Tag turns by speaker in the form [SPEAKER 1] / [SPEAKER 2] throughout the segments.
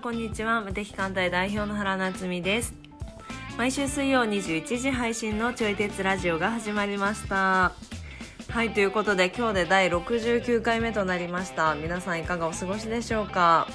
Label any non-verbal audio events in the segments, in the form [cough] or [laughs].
[SPEAKER 1] こんにちは無敵艦隊代表の原夏実です毎週水曜21時配信のちょい鉄ラジオが始まりましたはいということで今日で第69回目となりました皆さんいかがお過ごしでしょうか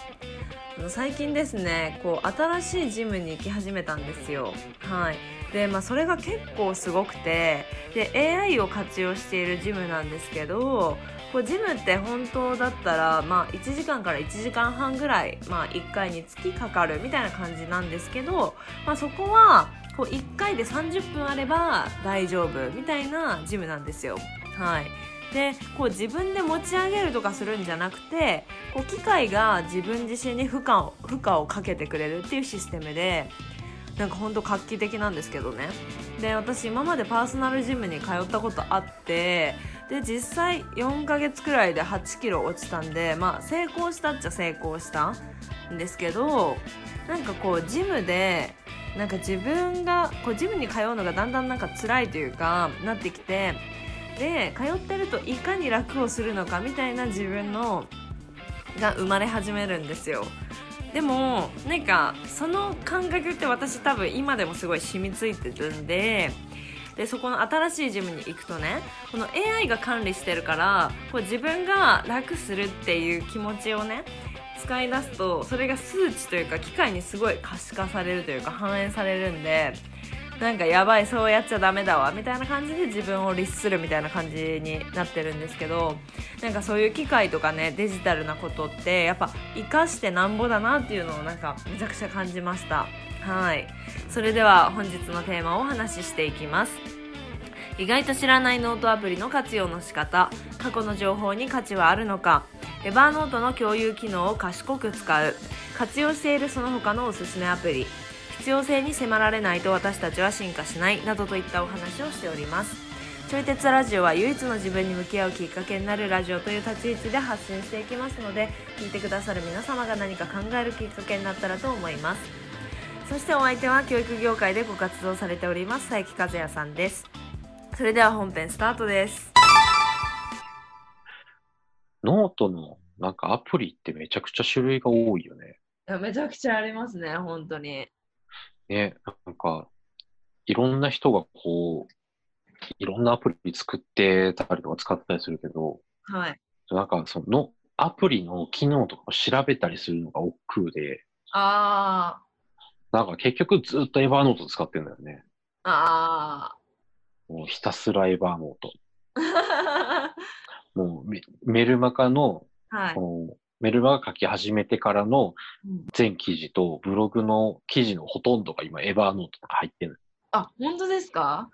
[SPEAKER 1] あの最近ですねこう新しいジムに行き始めたんですよはいでまあそれが結構すごくてで AI を活用しているジムなんですけどこうジムって本当だったら、まあ、1時間から1時間半ぐらい、まあ、1回につきかかるみたいな感じなんですけど、まあ、そこはこう1回で30分あれば大丈夫みたいなジムなんですよ。はいでこう自分で持ち上げるとかするんじゃなくてこう機械が自分自身に負荷を負荷をかけてくれるっていうシステムでなんか本当画期的なんですけどねで私今までパーソナルジムに通ったことあってで実際4ヶ月くらいで8キロ落ちたんでまあ成功したっちゃ成功したんですけどなんかこうジムでなんか自分がこうジムに通うのがだんだんなんか辛いというかなってきてで通ってるといかに楽をするのかみたいな自分のが生まれ始めるんですよでもなんかその感覚って私多分今でもすごい染みついてるんででそこの新しいジムに行くとねこの AI が管理してるからこう自分が楽するっていう気持ちをね使い出すとそれが数値というか機械にすごい可視化されるというか反映されるんでなんかやばいそうやっちゃダメだわみたいな感じで自分を律するみたいな感じになってるんですけどなんかそういう機械とかねデジタルなことってやっぱ生かしてなんぼだなっていうのをなんかめちゃくちゃ感じましたはいそれでは本日のテーマをお話ししていきます意外と知らないノートアプリの活用の仕方過去の情報に価値はあるのかエバーノートの共有機能を賢く使う活用しているその他のおすすめアプリ必要性に迫られないと私たちは進化しないなどといったお話をしておりますちょい鉄ラジオは唯一の自分に向き合うきっかけになるラジオという立ち位置で発信していきますので聞いてくださる皆様が何か考えるきっかけになったらと思いますそしてお相手は教育業界でご活動されております佐伯和也さんですそれでは本編スタートです
[SPEAKER 2] ノートのなんかアプリってめちゃくちゃ種類が多いよね。
[SPEAKER 1] めちゃくちゃありますね本当に
[SPEAKER 2] ね、なんか、いろんな人がこう、いろんなアプリ作ってたりとか使ったりするけど、
[SPEAKER 1] はい
[SPEAKER 2] なんかそのアプリの機能とかを調べたりするのが億劫で、
[SPEAKER 1] あ
[SPEAKER 2] なんか結局ずっとエバーノート使ってんだよね。
[SPEAKER 1] ああ
[SPEAKER 2] もうひたすらエバーノート。
[SPEAKER 1] あ
[SPEAKER 2] もうメメルマガの、
[SPEAKER 1] [laughs] はい、
[SPEAKER 2] このメルマガ書き始めてからの
[SPEAKER 1] うん
[SPEAKER 2] 全記事とブログの記事のほとんどが今エバーノートとか入ってる
[SPEAKER 1] あ本当ですか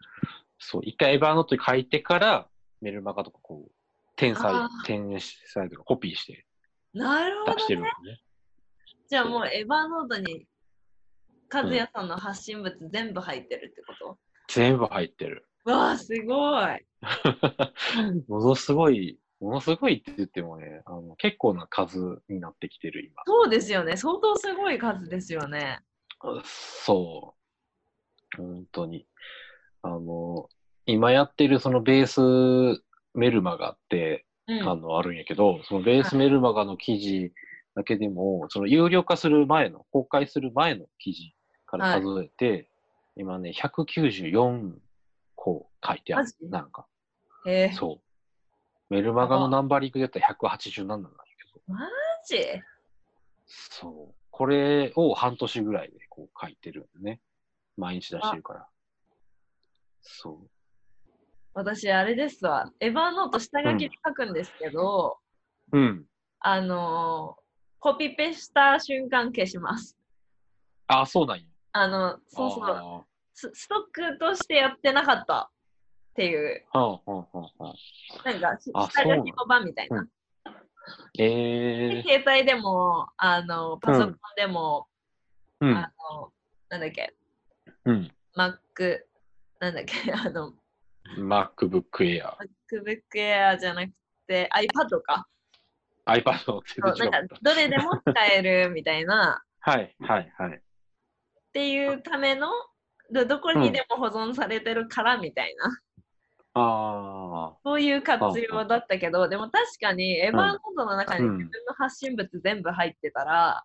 [SPEAKER 2] そう、一回エバーノートに書いてから、メルマガとかこう、転載
[SPEAKER 1] あ、
[SPEAKER 2] 転載とかコピーして
[SPEAKER 1] なるほ
[SPEAKER 2] 出して
[SPEAKER 1] ど
[SPEAKER 2] るのね。
[SPEAKER 1] じゃあもうエヴァノートに和也さんの発信物全部入ってるってこと、
[SPEAKER 2] 全部入ってる。
[SPEAKER 1] わあすごい
[SPEAKER 2] ものすごい、ものすごいって言ってもね、あの結構な数になってきてる、
[SPEAKER 1] そうですよね相当すごい数ですよね
[SPEAKER 2] 今。そう。本当に。あの、今やってるそのベースメルマガって、
[SPEAKER 1] うん
[SPEAKER 2] あの、あるんやけど、そのベースメルマガの記事だけでも、その有料化する前の、公開する前の記事から数えて、今ね、194個書いてある
[SPEAKER 1] マジ。
[SPEAKER 2] なんか、
[SPEAKER 1] へえマ
[SPEAKER 2] そう。メルマガのナンバリングでやったら187なんだけど、
[SPEAKER 1] ジ
[SPEAKER 2] そう。これを半年ぐらいでこう書いてるんだね。毎日出してるから。そう。
[SPEAKER 1] 私あれですわエヴァノート下書きで書くんですけど、
[SPEAKER 2] うん。
[SPEAKER 1] あのーコピペした瞬間消します
[SPEAKER 2] あ、そうなんや。
[SPEAKER 1] あのそうそう
[SPEAKER 2] あ
[SPEAKER 1] スストックとしてやってなかったっていう
[SPEAKER 2] ーうんうんうんうん
[SPEAKER 1] なんかし
[SPEAKER 2] あ
[SPEAKER 1] 下書きの版みたいな
[SPEAKER 2] そうなんだえ
[SPEAKER 1] で
[SPEAKER 2] ー。
[SPEAKER 1] 携帯でもあのパソコンでも、
[SPEAKER 2] うん
[SPEAKER 1] あ。のなんだっけ
[SPEAKER 2] うん。
[SPEAKER 1] Mac なんだっけ [laughs] あの
[SPEAKER 2] MacBook Air、
[SPEAKER 1] MacBook Air じゃなくて iPad か
[SPEAKER 2] iPad の全
[SPEAKER 1] そう
[SPEAKER 2] 然違
[SPEAKER 1] なん
[SPEAKER 2] う
[SPEAKER 1] か。どれでも使えるみたいな
[SPEAKER 2] はい、はい、はい。
[SPEAKER 1] っていうためのどどこにでも保存されてるからみたいな、
[SPEAKER 2] あ
[SPEAKER 1] そういう活用だったけどでも確かに Evernote の中に自分の発信物全部入ってたら、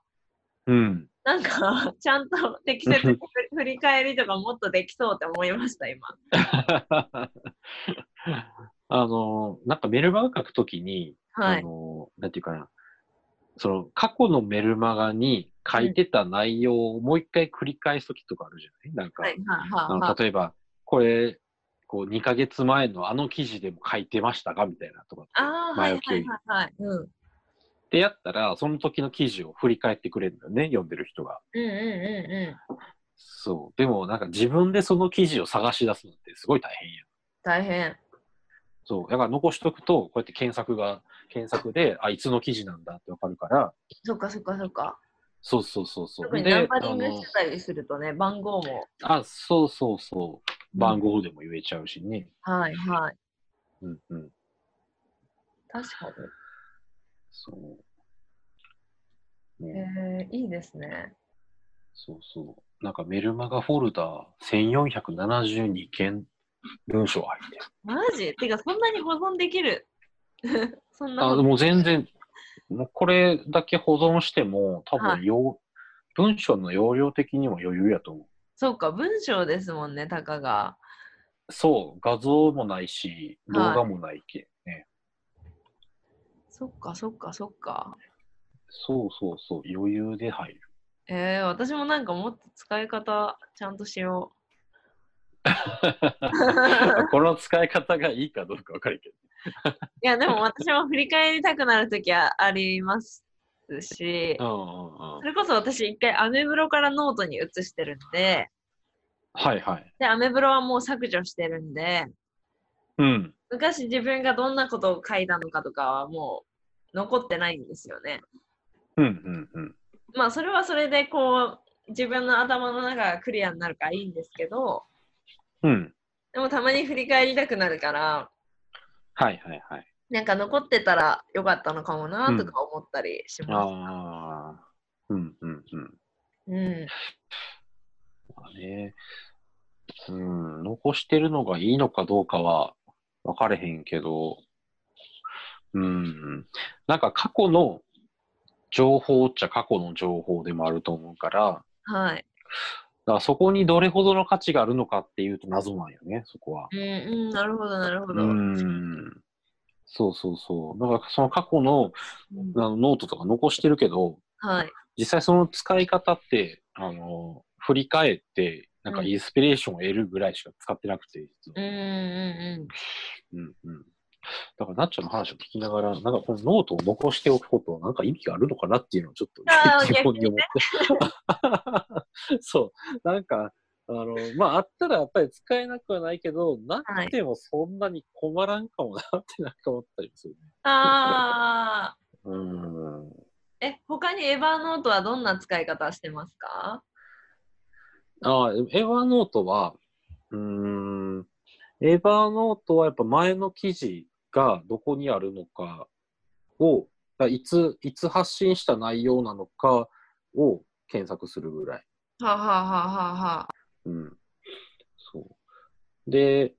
[SPEAKER 2] うん。 [laughs]
[SPEAKER 1] なんか、 [laughs] ちゃんと適切に振り返りとかもっとできそうって思いました、今。
[SPEAKER 2] あの、なんかメルマガ書くときに、
[SPEAKER 1] は
[SPEAKER 2] あ
[SPEAKER 1] い。
[SPEAKER 2] の、なんていうかな、その過去のメルマガに書いてた内容をもう一回繰り返すときとかあるじゃないなんか、
[SPEAKER 1] はい、はい、
[SPEAKER 2] あ
[SPEAKER 1] はい
[SPEAKER 2] の
[SPEAKER 1] は
[SPEAKER 2] 例えば、これ、こう2ヶ月前のあの記事でも書いてましたかみたいなとかって
[SPEAKER 1] い。ああ、は
[SPEAKER 2] 前
[SPEAKER 1] い、
[SPEAKER 2] 置きを
[SPEAKER 1] はい、
[SPEAKER 2] 言っ
[SPEAKER 1] はいはい。うん。うん、
[SPEAKER 2] てやったら、その時の記事を振り返ってくれるんだよね、読んでる人が。
[SPEAKER 1] うん、うん、うん。
[SPEAKER 2] そう。でも、なんか自分でその記事を探し出すのってすごい大変やん。
[SPEAKER 1] 大変。
[SPEAKER 2] そう。だから残しとくと、こうやって検索が、検索で、あ、いつの記事なんだってわかるから、
[SPEAKER 1] そっか、そっか、そっか。
[SPEAKER 2] そうそうそうそう。
[SPEAKER 1] 特に
[SPEAKER 2] で
[SPEAKER 1] ナンバリング
[SPEAKER 2] あ
[SPEAKER 1] してたりするとね、番号も。
[SPEAKER 2] のあ、そうそうそう。番号でも言えちゃうしね。
[SPEAKER 1] はい、はい。
[SPEAKER 2] うんうん。
[SPEAKER 1] 確かに。
[SPEAKER 2] そう。
[SPEAKER 1] え
[SPEAKER 2] ね、
[SPEAKER 1] ー、いいですね。
[SPEAKER 2] そうそう。なんかメルマガフォルダー1472件文章入ってる。
[SPEAKER 1] マジてか、そんなに保存できる。 [laughs] そんな
[SPEAKER 2] あ、
[SPEAKER 1] こと
[SPEAKER 2] もう全然、もうこれだけ保存しても、多
[SPEAKER 1] は
[SPEAKER 2] 分よう、文章の容量的にも余裕やと思
[SPEAKER 1] そうか、文章ですもんね、たかが。
[SPEAKER 2] う。そう、画像もないし、動
[SPEAKER 1] はい
[SPEAKER 2] 画もないけ、ね。
[SPEAKER 1] そっか、そっか、そっか。
[SPEAKER 2] そうそうそう、余裕で入る。 [laughs]
[SPEAKER 1] えー、私もなんかもっと使い方ちゃんとしよう。
[SPEAKER 2] [laughs] この使い方がいいかどうかわかるけど。
[SPEAKER 1] いや、でも私も振り返りたくなるときはありますし、
[SPEAKER 2] うんうんう
[SPEAKER 1] そ。
[SPEAKER 2] ん
[SPEAKER 1] れこそ私一回アメブロからノートに移してるんで、
[SPEAKER 2] はいはい。
[SPEAKER 1] で、アメブロはもう削除してるんで、
[SPEAKER 2] うん。
[SPEAKER 1] 昔自分がどんなことを書いたのかとかはもう残ってないんですよね。
[SPEAKER 2] うんうんうん。
[SPEAKER 1] まあそれはそれでこう自分の頭の中がクリアになるからいいんですけど
[SPEAKER 2] うん。
[SPEAKER 1] でもたまに振り返りたくなるから
[SPEAKER 2] はいはいはい。
[SPEAKER 1] なんか残ってたらよかったのかもなとか思ったりします。
[SPEAKER 2] ああ。うんうんうん。
[SPEAKER 1] うん
[SPEAKER 2] まあね。うん。残してるのがいいのかどうかは分かれへんけど、うん。なんか過去の情報っちゃ過去の情報でもあると思うから、だ
[SPEAKER 1] はい、
[SPEAKER 2] からそこにどれほどの価値があるのかっていうと謎なんよね、そこは。
[SPEAKER 1] うんうん、なるほどなるほ
[SPEAKER 2] う
[SPEAKER 1] ど。うん
[SPEAKER 2] ん。そうそうそう。だからその過去のあのノートとか残してるけど、
[SPEAKER 1] はい、
[SPEAKER 2] 実際その使い方って、あの、振り返って、なんか
[SPEAKER 1] うん
[SPEAKER 2] インスピレーションを得るぐらいしか使ってなくて、
[SPEAKER 1] うんうんう
[SPEAKER 2] うんうん。だから、なっちゃんの話を聞きながら、なんかこのノートを残しておくこと、なんか意味があるのかなっていうのをちょっと
[SPEAKER 1] あー
[SPEAKER 2] 疑問に思って。 [laughs] そう。なんか、あの、まあ、あったらやっぱり使えなくはないけど、なくてもそんなに困らんかもなってなんか思ったりする。
[SPEAKER 1] ん。ああ
[SPEAKER 2] うん。
[SPEAKER 1] え他にエヴァーノートはどんな使い方してますか
[SPEAKER 2] ああ、エヴァノートは、うーん、エヴァノートはやっぱ前の記事がどこにあるのかを、だいつ、いつ発信した内容なのかを検索するぐらい。
[SPEAKER 1] はあ、はあはあはあはあ、
[SPEAKER 2] うん。そう。で、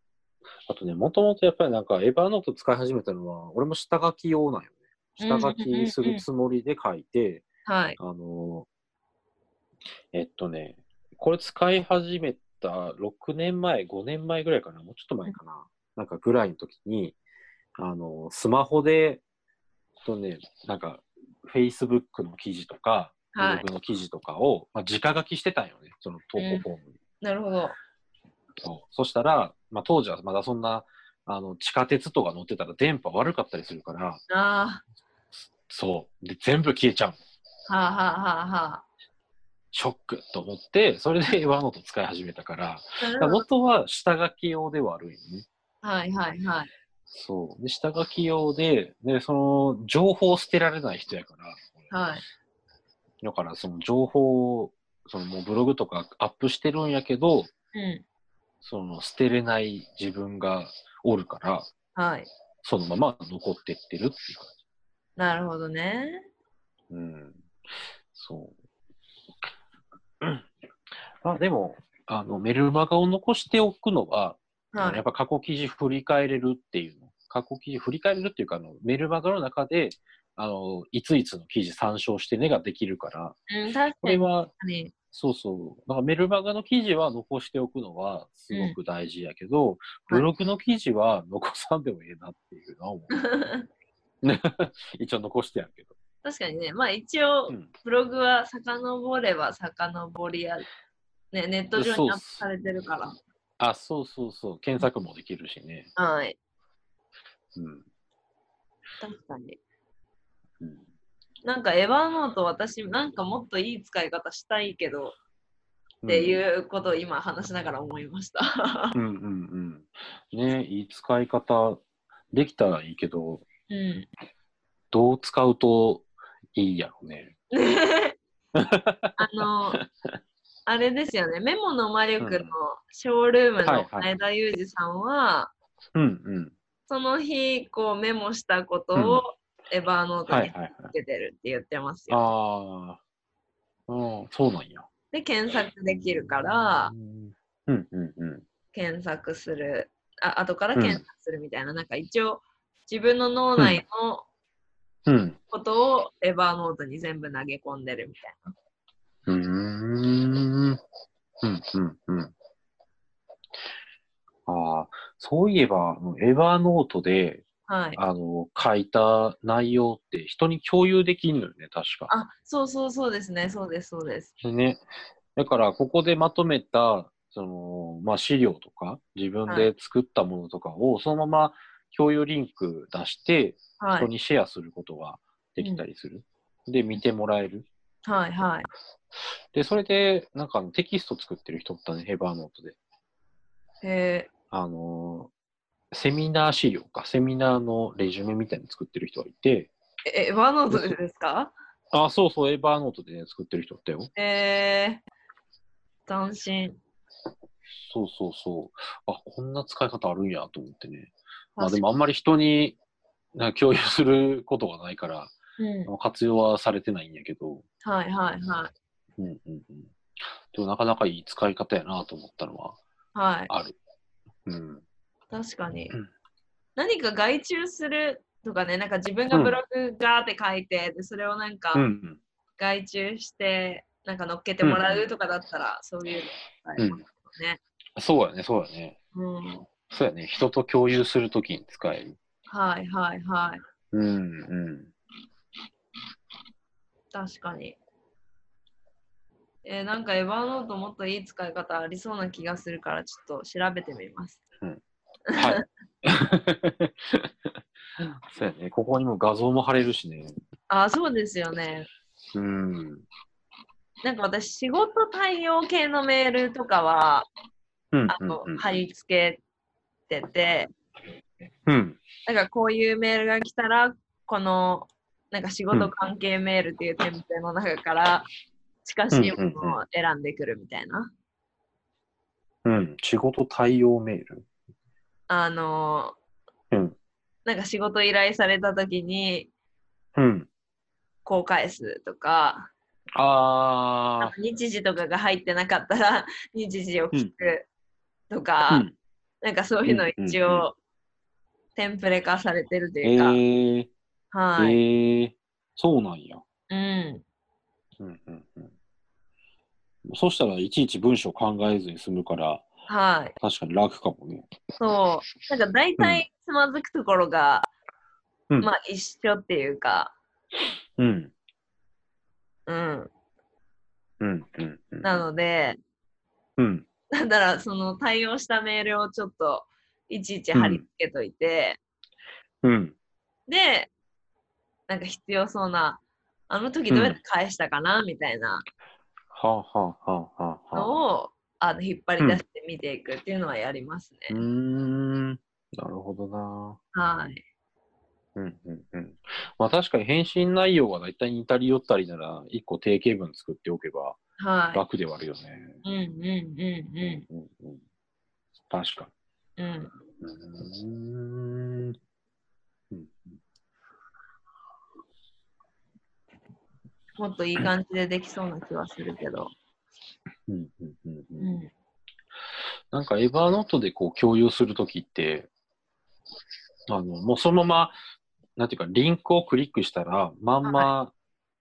[SPEAKER 2] あとね、もともとやっぱりなんかエヴァノート使い始めたのは、俺も下書き用なんよね。下書きするつもりで書いて、
[SPEAKER 1] はい。
[SPEAKER 2] あのー、えっとね、これ使い始めた6年前、5年前ぐらいかな、もうちょっと前かな、なんかぐらいの時に、あのー、スマホで、とね、なんか、Facebook の記事とか、ブ
[SPEAKER 1] は
[SPEAKER 2] ロ
[SPEAKER 1] い
[SPEAKER 2] グの記事とかを、まあ、直書きしてたんよね、その投稿フォームに。
[SPEAKER 1] なるほど。
[SPEAKER 2] そうそしたら、まあ、当時はまだそんな、あの、地下鉄とか乗ってたら電波悪かったりするから、
[SPEAKER 1] あ
[SPEAKER 2] そう。で、全部消えちゃうの。
[SPEAKER 1] あ、はあはあはあはあ。
[SPEAKER 2] ショックと思って、それでエヴァノート使い始めたから、
[SPEAKER 1] なるほど
[SPEAKER 2] 元は下書き用ではあるんよね。
[SPEAKER 1] はいはいはい。
[SPEAKER 2] そう。で、下書き用で、で、その、情報を捨てられない人やから、
[SPEAKER 1] はい。
[SPEAKER 2] だから、その情報を、そのもうブログとかアップしてるんやけど、
[SPEAKER 1] うん。
[SPEAKER 2] その捨てれない自分がおるから、
[SPEAKER 1] はい。
[SPEAKER 2] そのまま残ってってるっていう感
[SPEAKER 1] なるほどね。
[SPEAKER 2] じ。うん。そう。うん。 [coughs] まあ、でも、あの、メルマガを残しておくのは、
[SPEAKER 1] は
[SPEAKER 2] やっ
[SPEAKER 1] い。
[SPEAKER 2] ぱ過去記事振り返れるっていうの。過去記事振り返れるっていうか、あのメルマガの中であの、いついつの記事参照してねができるから、
[SPEAKER 1] うん、確
[SPEAKER 2] こ
[SPEAKER 1] か
[SPEAKER 2] れは、
[SPEAKER 1] に。
[SPEAKER 2] そうそう、なんかメルマガの記事は残しておくのはすごく大事やけど、
[SPEAKER 1] うん
[SPEAKER 2] ブログの記事は [laughs] 残さんでもええなっていうのは思
[SPEAKER 1] [laughs]
[SPEAKER 2] う。一応残してやるけど。
[SPEAKER 1] 確かにね、まあ一応
[SPEAKER 2] うん、
[SPEAKER 1] ブログは遡れば遡りや、ね、ネット上にアップされてるか
[SPEAKER 2] あ、そうそうそう、検索もできるしね。
[SPEAKER 1] ら。はい。
[SPEAKER 2] うん。
[SPEAKER 1] 確かに。
[SPEAKER 2] うん、
[SPEAKER 1] なんかエヴァーノート私なんかもっといい使い方したいけどって
[SPEAKER 2] う
[SPEAKER 1] いうことを今話しながら思いました。
[SPEAKER 2] ん。うんうんうん。ねいい使い方できたらいいけど、
[SPEAKER 1] うん。
[SPEAKER 2] どう使うといいやろね。
[SPEAKER 1] [laughs] あの、あれですよね、メモの魔力のショールームの前田裕二さんは、
[SPEAKER 2] うんうん。
[SPEAKER 1] その日こうメモしたことをエヴァーノート
[SPEAKER 2] はいは
[SPEAKER 1] に
[SPEAKER 2] いはい。
[SPEAKER 1] つけてるって言ってますよ。
[SPEAKER 2] ああ。うん、そうなんや。
[SPEAKER 1] で、検索できるから
[SPEAKER 2] う、んうんうん。
[SPEAKER 1] 検索するあ後から
[SPEAKER 2] うん
[SPEAKER 1] 検索するみたいな、なんか一応自分の脳内の
[SPEAKER 2] うん。
[SPEAKER 1] ことをエヴァーノートに全部投げ込んでるみたいな。
[SPEAKER 2] うーん。うんうんうん。ああ、そういえば、あのエヴァノートで、
[SPEAKER 1] はい、
[SPEAKER 2] あの、書いた内容って人に共有できるのよね、確か。
[SPEAKER 1] あそうそうそうですねそうですそうです。
[SPEAKER 2] でね。だから、ここでまとめた、その、まあ、資料とか、自分で作ったものとかを、そのまま共有リンク出して、
[SPEAKER 1] は
[SPEAKER 2] 人
[SPEAKER 1] い
[SPEAKER 2] にシェアすることができたりする。で、見てもらえる。
[SPEAKER 1] はいはい。
[SPEAKER 2] で、それで、なんかあのテキスト作ってる人おったね、ヘバーノートで。
[SPEAKER 1] へ
[SPEAKER 2] あのーセミナー資料か、セミナーのレジュメみたいに作ってる人がいて、
[SPEAKER 1] ーえエヴァーノートでですか
[SPEAKER 2] あ、そうそう、エバーノートでね、作ってる人おったよ。
[SPEAKER 1] えー、斬新。
[SPEAKER 2] そうそうそう。あ、こんな使い方あるんやと思ってね。まあ
[SPEAKER 1] 確
[SPEAKER 2] で
[SPEAKER 1] か
[SPEAKER 2] もあんまり人になんか共有することがないから、
[SPEAKER 1] うん、
[SPEAKER 2] 活用はされてないんやけど、
[SPEAKER 1] はいはいはい。
[SPEAKER 2] うんうんうん。でもなかなかいい使い方やなと思ったのは
[SPEAKER 1] はい、
[SPEAKER 2] ある。うん。
[SPEAKER 1] 確かに
[SPEAKER 2] うん。
[SPEAKER 1] 何か外注するとかね、なんか自分がブログガーって書いて、でそれをなんか、
[SPEAKER 2] うんうん。
[SPEAKER 1] 外注してなんか乗っけてもらうとかだったら、そういうの
[SPEAKER 2] うんそうやね、そうやね。
[SPEAKER 1] うん
[SPEAKER 2] そうやね。人と共有するときに使える。
[SPEAKER 1] はいはいはい
[SPEAKER 2] うんうん。
[SPEAKER 1] 確かにえーなんかエヴァーノートもっといい使い方ありそうな気がするからちょっと調べてみます
[SPEAKER 2] はい。 [laughs] そうやね。ここにも画像も貼れるしね。
[SPEAKER 1] あーそうですよね
[SPEAKER 2] うん。
[SPEAKER 1] なんか私仕事対応系のメールとかは
[SPEAKER 2] うん
[SPEAKER 1] あの、貼り付けてて
[SPEAKER 2] うん。
[SPEAKER 1] なんかこういうメールが来たらこのなんか仕事関係メールっていうテンプレの中から近しいものを選んでくるみたいな、
[SPEAKER 2] うん。仕事対応メール。
[SPEAKER 1] あの
[SPEAKER 2] うん。
[SPEAKER 1] なんか仕事依頼された時に
[SPEAKER 2] うん。
[SPEAKER 1] こう返すとかあ
[SPEAKER 2] あ
[SPEAKER 1] の日時とかが入ってなかったら [laughs] 日時を聞くとか、
[SPEAKER 2] あ。うん。
[SPEAKER 1] なんかそういうの一
[SPEAKER 2] うんうん
[SPEAKER 1] 応テンプレ化されてると
[SPEAKER 2] え
[SPEAKER 1] いうか、
[SPEAKER 2] ー、
[SPEAKER 1] はい、
[SPEAKER 2] えー、そうなんや。
[SPEAKER 1] うん
[SPEAKER 2] うんうんうん。そしたらいちいち文章考えずに済むから、
[SPEAKER 1] はい
[SPEAKER 2] 確かに楽かもね。
[SPEAKER 1] そうなんか大体つまずくところが、
[SPEAKER 2] うん
[SPEAKER 1] まあ一緒っていうか
[SPEAKER 2] うん。
[SPEAKER 1] うん
[SPEAKER 2] うんうんうん。
[SPEAKER 1] なので
[SPEAKER 2] うん。
[SPEAKER 1] なんだろうその対応したメールをちょっといちいち貼り付けといて、
[SPEAKER 2] うん。
[SPEAKER 1] で、なんか必要そうな、あの時どうやって返したかな、みたいな
[SPEAKER 2] はあはあはあはあはあ。
[SPEAKER 1] のをあの引っ張り出して見ていくっていうのはやります
[SPEAKER 2] うー
[SPEAKER 1] ね。
[SPEAKER 2] ん。なるほどな。
[SPEAKER 1] はい。
[SPEAKER 2] うんうんうん。まあ確かに返信内容が大体似たり寄ったりなら、一個定型文作っておけば
[SPEAKER 1] は
[SPEAKER 2] 楽ではあるよね。
[SPEAKER 1] い。うんうんう
[SPEAKER 2] うんうん、確か
[SPEAKER 1] んうん。うん、
[SPEAKER 2] に。うーん。
[SPEAKER 1] もっといい感じでできそうな気はするけど。
[SPEAKER 2] うんうんうん
[SPEAKER 1] う
[SPEAKER 2] うん、
[SPEAKER 1] ん、
[SPEAKER 2] なんかエヴァーノートでこう共有するときって、あの、もうそのままなんていうか、リンクをクリックしたら、まんま、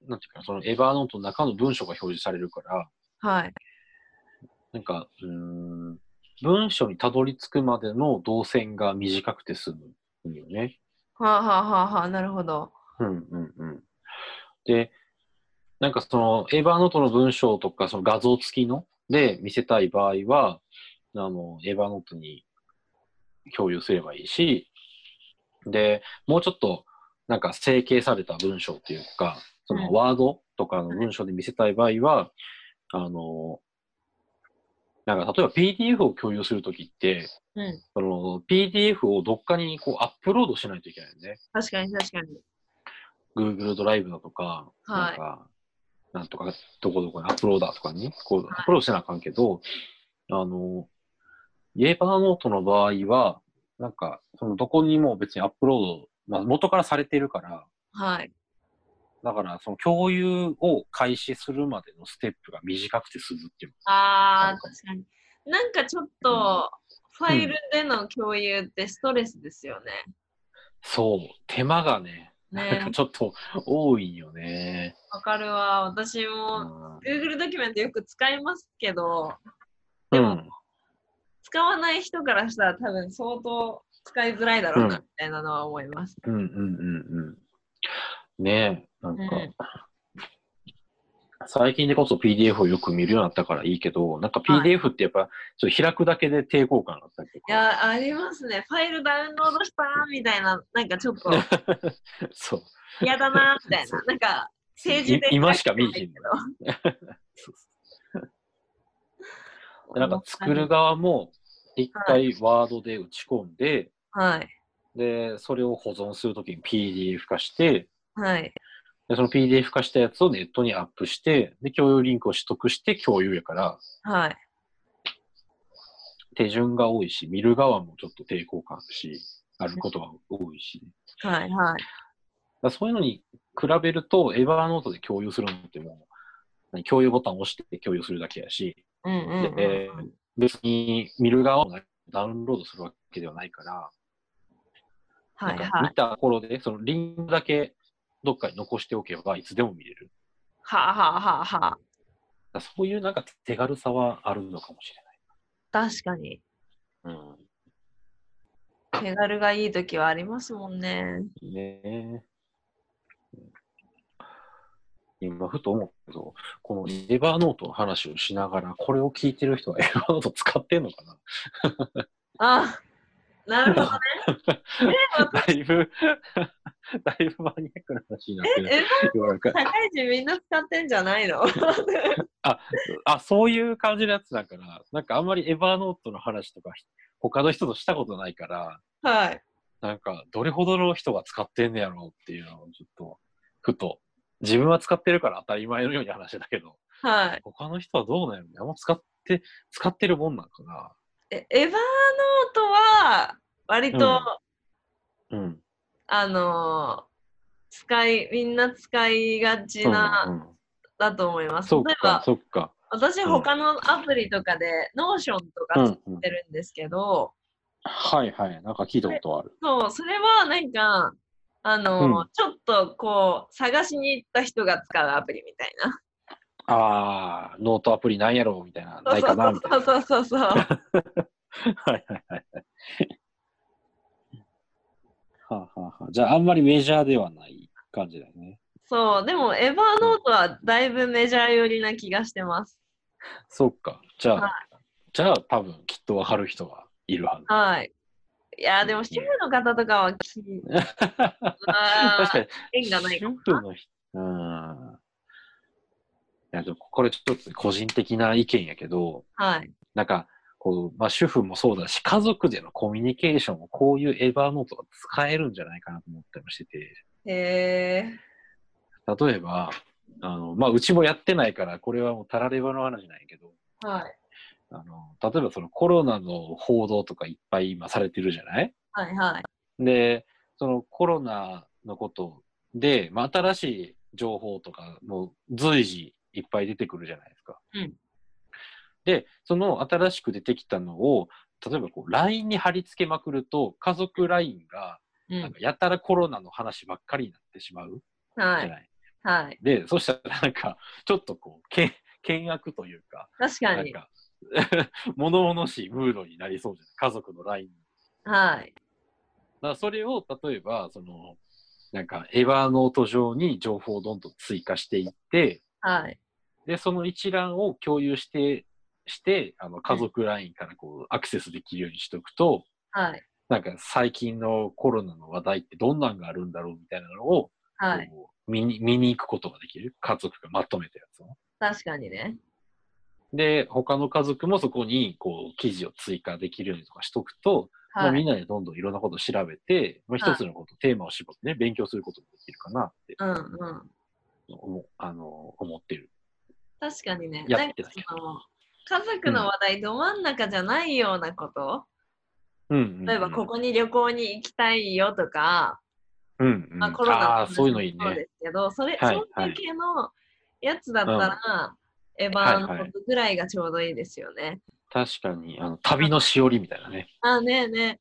[SPEAKER 2] なんていうか、そのエヴァーノートの中の文章が表示されるから、
[SPEAKER 1] はい。
[SPEAKER 2] なんか、うーん、文章にたどり着くまでの動線が短くて済むんよね。
[SPEAKER 1] はあ、はあはあはあ、なるほど。
[SPEAKER 2] うんうんうん。で、なんかその、エヴァーノートの文章とか、その画像付きので見せたい場合は、あの、エヴァーノートに共有すればいいし、で、もうちょっと、なんか整形された文章っていうか、そ
[SPEAKER 1] うん
[SPEAKER 2] のワードとかの文章で見せたい場合は、あの、なんか例えば PDF を共有するときって、
[SPEAKER 1] うん。
[SPEAKER 2] その PDF をどっかにこうアップロードしないといけないよね。
[SPEAKER 1] 確かに確かに。
[SPEAKER 2] Google ドライブだとか、
[SPEAKER 1] はい
[SPEAKER 2] なんか、なんとか、どこどこにアップローダーとかに、こう、
[SPEAKER 1] い
[SPEAKER 2] アップロードしなあかんけど、あの、イエーバーノートの場合は、なんか、そのどこにも別にアップロード、まあ元からされてるから、
[SPEAKER 1] はい。
[SPEAKER 2] だからその共有を開始するまでのステップが短くて済むっていうの
[SPEAKER 1] ああ、
[SPEAKER 2] なんか
[SPEAKER 1] 確かに。なんかちょっと、ファイルでの共有ってストレスですよね。
[SPEAKER 2] そう、手間がね、
[SPEAKER 1] ね
[SPEAKER 2] なんかちょっと多いんよね。
[SPEAKER 1] わかるわ。私
[SPEAKER 2] う
[SPEAKER 1] も
[SPEAKER 2] ん。
[SPEAKER 1] Google ドキュメントよく使いますけど、
[SPEAKER 2] う
[SPEAKER 1] でも
[SPEAKER 2] ん
[SPEAKER 1] 使わない人からしたら多分相当使いづらいだろうな
[SPEAKER 2] うん
[SPEAKER 1] みたいなのは思います。
[SPEAKER 2] うんうんうんうん。ねえ、なんか、
[SPEAKER 1] うん
[SPEAKER 2] 最近でこそ PDF をよく見るようになったからいいけど、なんか
[SPEAKER 1] はい
[SPEAKER 2] PDF ってやっぱ、ちょっと開くだけで抵抗感があったりと
[SPEAKER 1] い
[SPEAKER 2] か。
[SPEAKER 1] や、ありますね。ファイルダウンロードしたみたいな、なんかちょっと
[SPEAKER 2] [laughs] そう。
[SPEAKER 1] 嫌だなみたいな。なんか政治で
[SPEAKER 2] い今しか見えへん
[SPEAKER 1] け
[SPEAKER 2] でなんか作る側も、一回ワードで打ち込んで、
[SPEAKER 1] ど。はい。
[SPEAKER 2] で、それを保存するときに PDF 化して、
[SPEAKER 1] はい。
[SPEAKER 2] で、その PDF 化したやつをネットにアップして、で、共有リンクを取得して共有やから、
[SPEAKER 1] はい。
[SPEAKER 2] 手順が多いし、見る側もちょっと抵抗感あるし、あることが多いし。
[SPEAKER 1] はい。はい。
[SPEAKER 2] だからそういうのに比べると、エヴァーノートで共有するのってもう、何共有ボタンを押して共有するだけやし、
[SPEAKER 1] うんうんうんうん、
[SPEAKER 2] で別に見る側もダウンロードするわけではないから、
[SPEAKER 1] はい
[SPEAKER 2] なん
[SPEAKER 1] は
[SPEAKER 2] か見
[SPEAKER 1] い。
[SPEAKER 2] た頃で、そのリンクだけどっかに残しておけば、いつでも見れる。
[SPEAKER 1] はあ、はあはあはあ、
[SPEAKER 2] だからそういうなんか手軽さはあるのかもし
[SPEAKER 1] 確かに。
[SPEAKER 2] れない。
[SPEAKER 1] 手軽がいい時はありますもんね。
[SPEAKER 2] うん、ねえ今、ふと思ったけど、このエヴァーノートの話をしながら、これを聞いてる人はエヴァーノート使ってんのかな
[SPEAKER 1] あなるほど [laughs] ね。
[SPEAKER 2] だいぶ、 [laughs] だいぶマニアックな話になってる。
[SPEAKER 1] え、
[SPEAKER 2] 世の中
[SPEAKER 1] 高い人みんな使ってんじゃない [laughs] の
[SPEAKER 2] あ、そういう感じのやつだから、なんかあんまりエヴァーノートの話とか、他の人としたことないから、
[SPEAKER 1] はい。
[SPEAKER 2] なんか、どれほどの人が使ってんねやろうっていうのをちょっと、ふと、自分は使ってるから当たり前のように話だけど、
[SPEAKER 1] はい。
[SPEAKER 2] 他の人はどうなんやろねあんま使って、使ってるもんなんかな。
[SPEAKER 1] えエヴァーノートは割と、
[SPEAKER 2] うんうん。
[SPEAKER 1] あのー使いみんな使いがちな、
[SPEAKER 2] うんうん
[SPEAKER 1] だと思います。
[SPEAKER 2] そ
[SPEAKER 1] 例
[SPEAKER 2] う
[SPEAKER 1] え
[SPEAKER 2] か
[SPEAKER 1] ば、
[SPEAKER 2] そっか。
[SPEAKER 1] 私
[SPEAKER 2] うん
[SPEAKER 1] 他のアプリとかで、ノーションと
[SPEAKER 2] う
[SPEAKER 1] か
[SPEAKER 2] ん
[SPEAKER 1] 使っ
[SPEAKER 2] うん
[SPEAKER 1] てるんですけど、
[SPEAKER 2] はいはい。なんか聞いたことある。
[SPEAKER 1] そうそれはなんかあのー、
[SPEAKER 2] うん
[SPEAKER 1] ちょっとこう探しに行った人が使うアプリみたいな。
[SPEAKER 2] ああ、ノートアプリなんやろうみたいな、ないかなみたい
[SPEAKER 1] そ
[SPEAKER 2] な
[SPEAKER 1] う。そうそうそうそう。
[SPEAKER 2] はいはいはいはい。はあはあはあ、じゃあ、あんまりメジャーではない感じだよね。
[SPEAKER 1] そう、でもエヴァーノートはだいぶメジャー寄りな気がしてます。
[SPEAKER 2] そっか。じゃあ、
[SPEAKER 1] はい
[SPEAKER 2] じゃあ、多分きっとわかる人がいるは
[SPEAKER 1] [laughs]
[SPEAKER 2] ず。
[SPEAKER 1] はい。いやー、でも主婦の方とかはき、あ
[SPEAKER 2] 確かに、
[SPEAKER 1] [laughs] 縁がないかも
[SPEAKER 2] 主婦の人。うん。いや、でもこれちょっと個人的な意見やけど、
[SPEAKER 1] はい。
[SPEAKER 2] なんか、こう、まあ、主婦もそうだし、家族でのコミュニケーションもこういうエヴァーノートが使えるんじゃないかなと思ったりもしてて。
[SPEAKER 1] へえ。
[SPEAKER 2] 例えば、あの、まあ、うちもやってないから、これはもうたらればの話なんやけど、
[SPEAKER 1] はい。
[SPEAKER 2] あの、例えばそのコロナの報道とかいっぱい今されてるじゃない
[SPEAKER 1] はいはい。
[SPEAKER 2] で、そのコロナのことで、まあ、新しい情報とかも随時いっぱい出てくるじゃないですか。
[SPEAKER 1] うん
[SPEAKER 2] で、その新しく出てきたのを、例えばこう、LINE に貼り付けまくると、家族 LINE が
[SPEAKER 1] ううん
[SPEAKER 2] なんかやたらコロナの話ばっかりになってしまうじゃ
[SPEAKER 1] は
[SPEAKER 2] ない、
[SPEAKER 1] い。はい。
[SPEAKER 2] で、そしたらなんか、ちょっとこう、けん険悪というか、
[SPEAKER 1] 確か
[SPEAKER 2] なん
[SPEAKER 1] に。
[SPEAKER 2] か、 [laughs] 物々しいムードになりそうじゃない家族のライン
[SPEAKER 1] はい。
[SPEAKER 2] だからそれを例えばそのなんかエヴァノート上に情報をどんどん追加していって
[SPEAKER 1] はい。
[SPEAKER 2] でその一覧を共有してしてあの家族ラインからこうアクセスできるようにしておくと、
[SPEAKER 1] はい。
[SPEAKER 2] なんか最近のコロナの話題ってどんなんがあるんだろうみたいなのを、
[SPEAKER 1] はい。
[SPEAKER 2] こう見に見に行くことができる家族がまとめたやつを。
[SPEAKER 1] 確かにね。
[SPEAKER 2] で他の家族もそこにこう記事を追加できるようにとかしとくと、まあ、
[SPEAKER 1] は
[SPEAKER 2] みん
[SPEAKER 1] い。
[SPEAKER 2] なでどんどんいろんなことを調べて、まあ、
[SPEAKER 1] はい
[SPEAKER 2] 一つのこと、テーマを絞ってね、勉強することもできるかなって
[SPEAKER 1] うんうん。
[SPEAKER 2] 思,、あの思ってる。
[SPEAKER 1] 確かにね。
[SPEAKER 2] や
[SPEAKER 1] なん
[SPEAKER 2] っ
[SPEAKER 1] か
[SPEAKER 2] てたけ
[SPEAKER 1] その、家族の話題ど真ん中じゃないようなこと、
[SPEAKER 2] うんうんうん
[SPEAKER 1] 例えばここに旅行に行きたいよとか、
[SPEAKER 2] うんうん、
[SPEAKER 1] まあ、コロナの
[SPEAKER 2] あーそういうのいい
[SPEAKER 1] 話もそう
[SPEAKER 2] ね
[SPEAKER 1] で。すけど、それ、
[SPEAKER 2] はい
[SPEAKER 1] そういう系のやつだったら、エヴァのことぐらいがちょうどいいですよね。
[SPEAKER 2] 確かに、あの旅のしおりみたいなね。
[SPEAKER 1] あねえね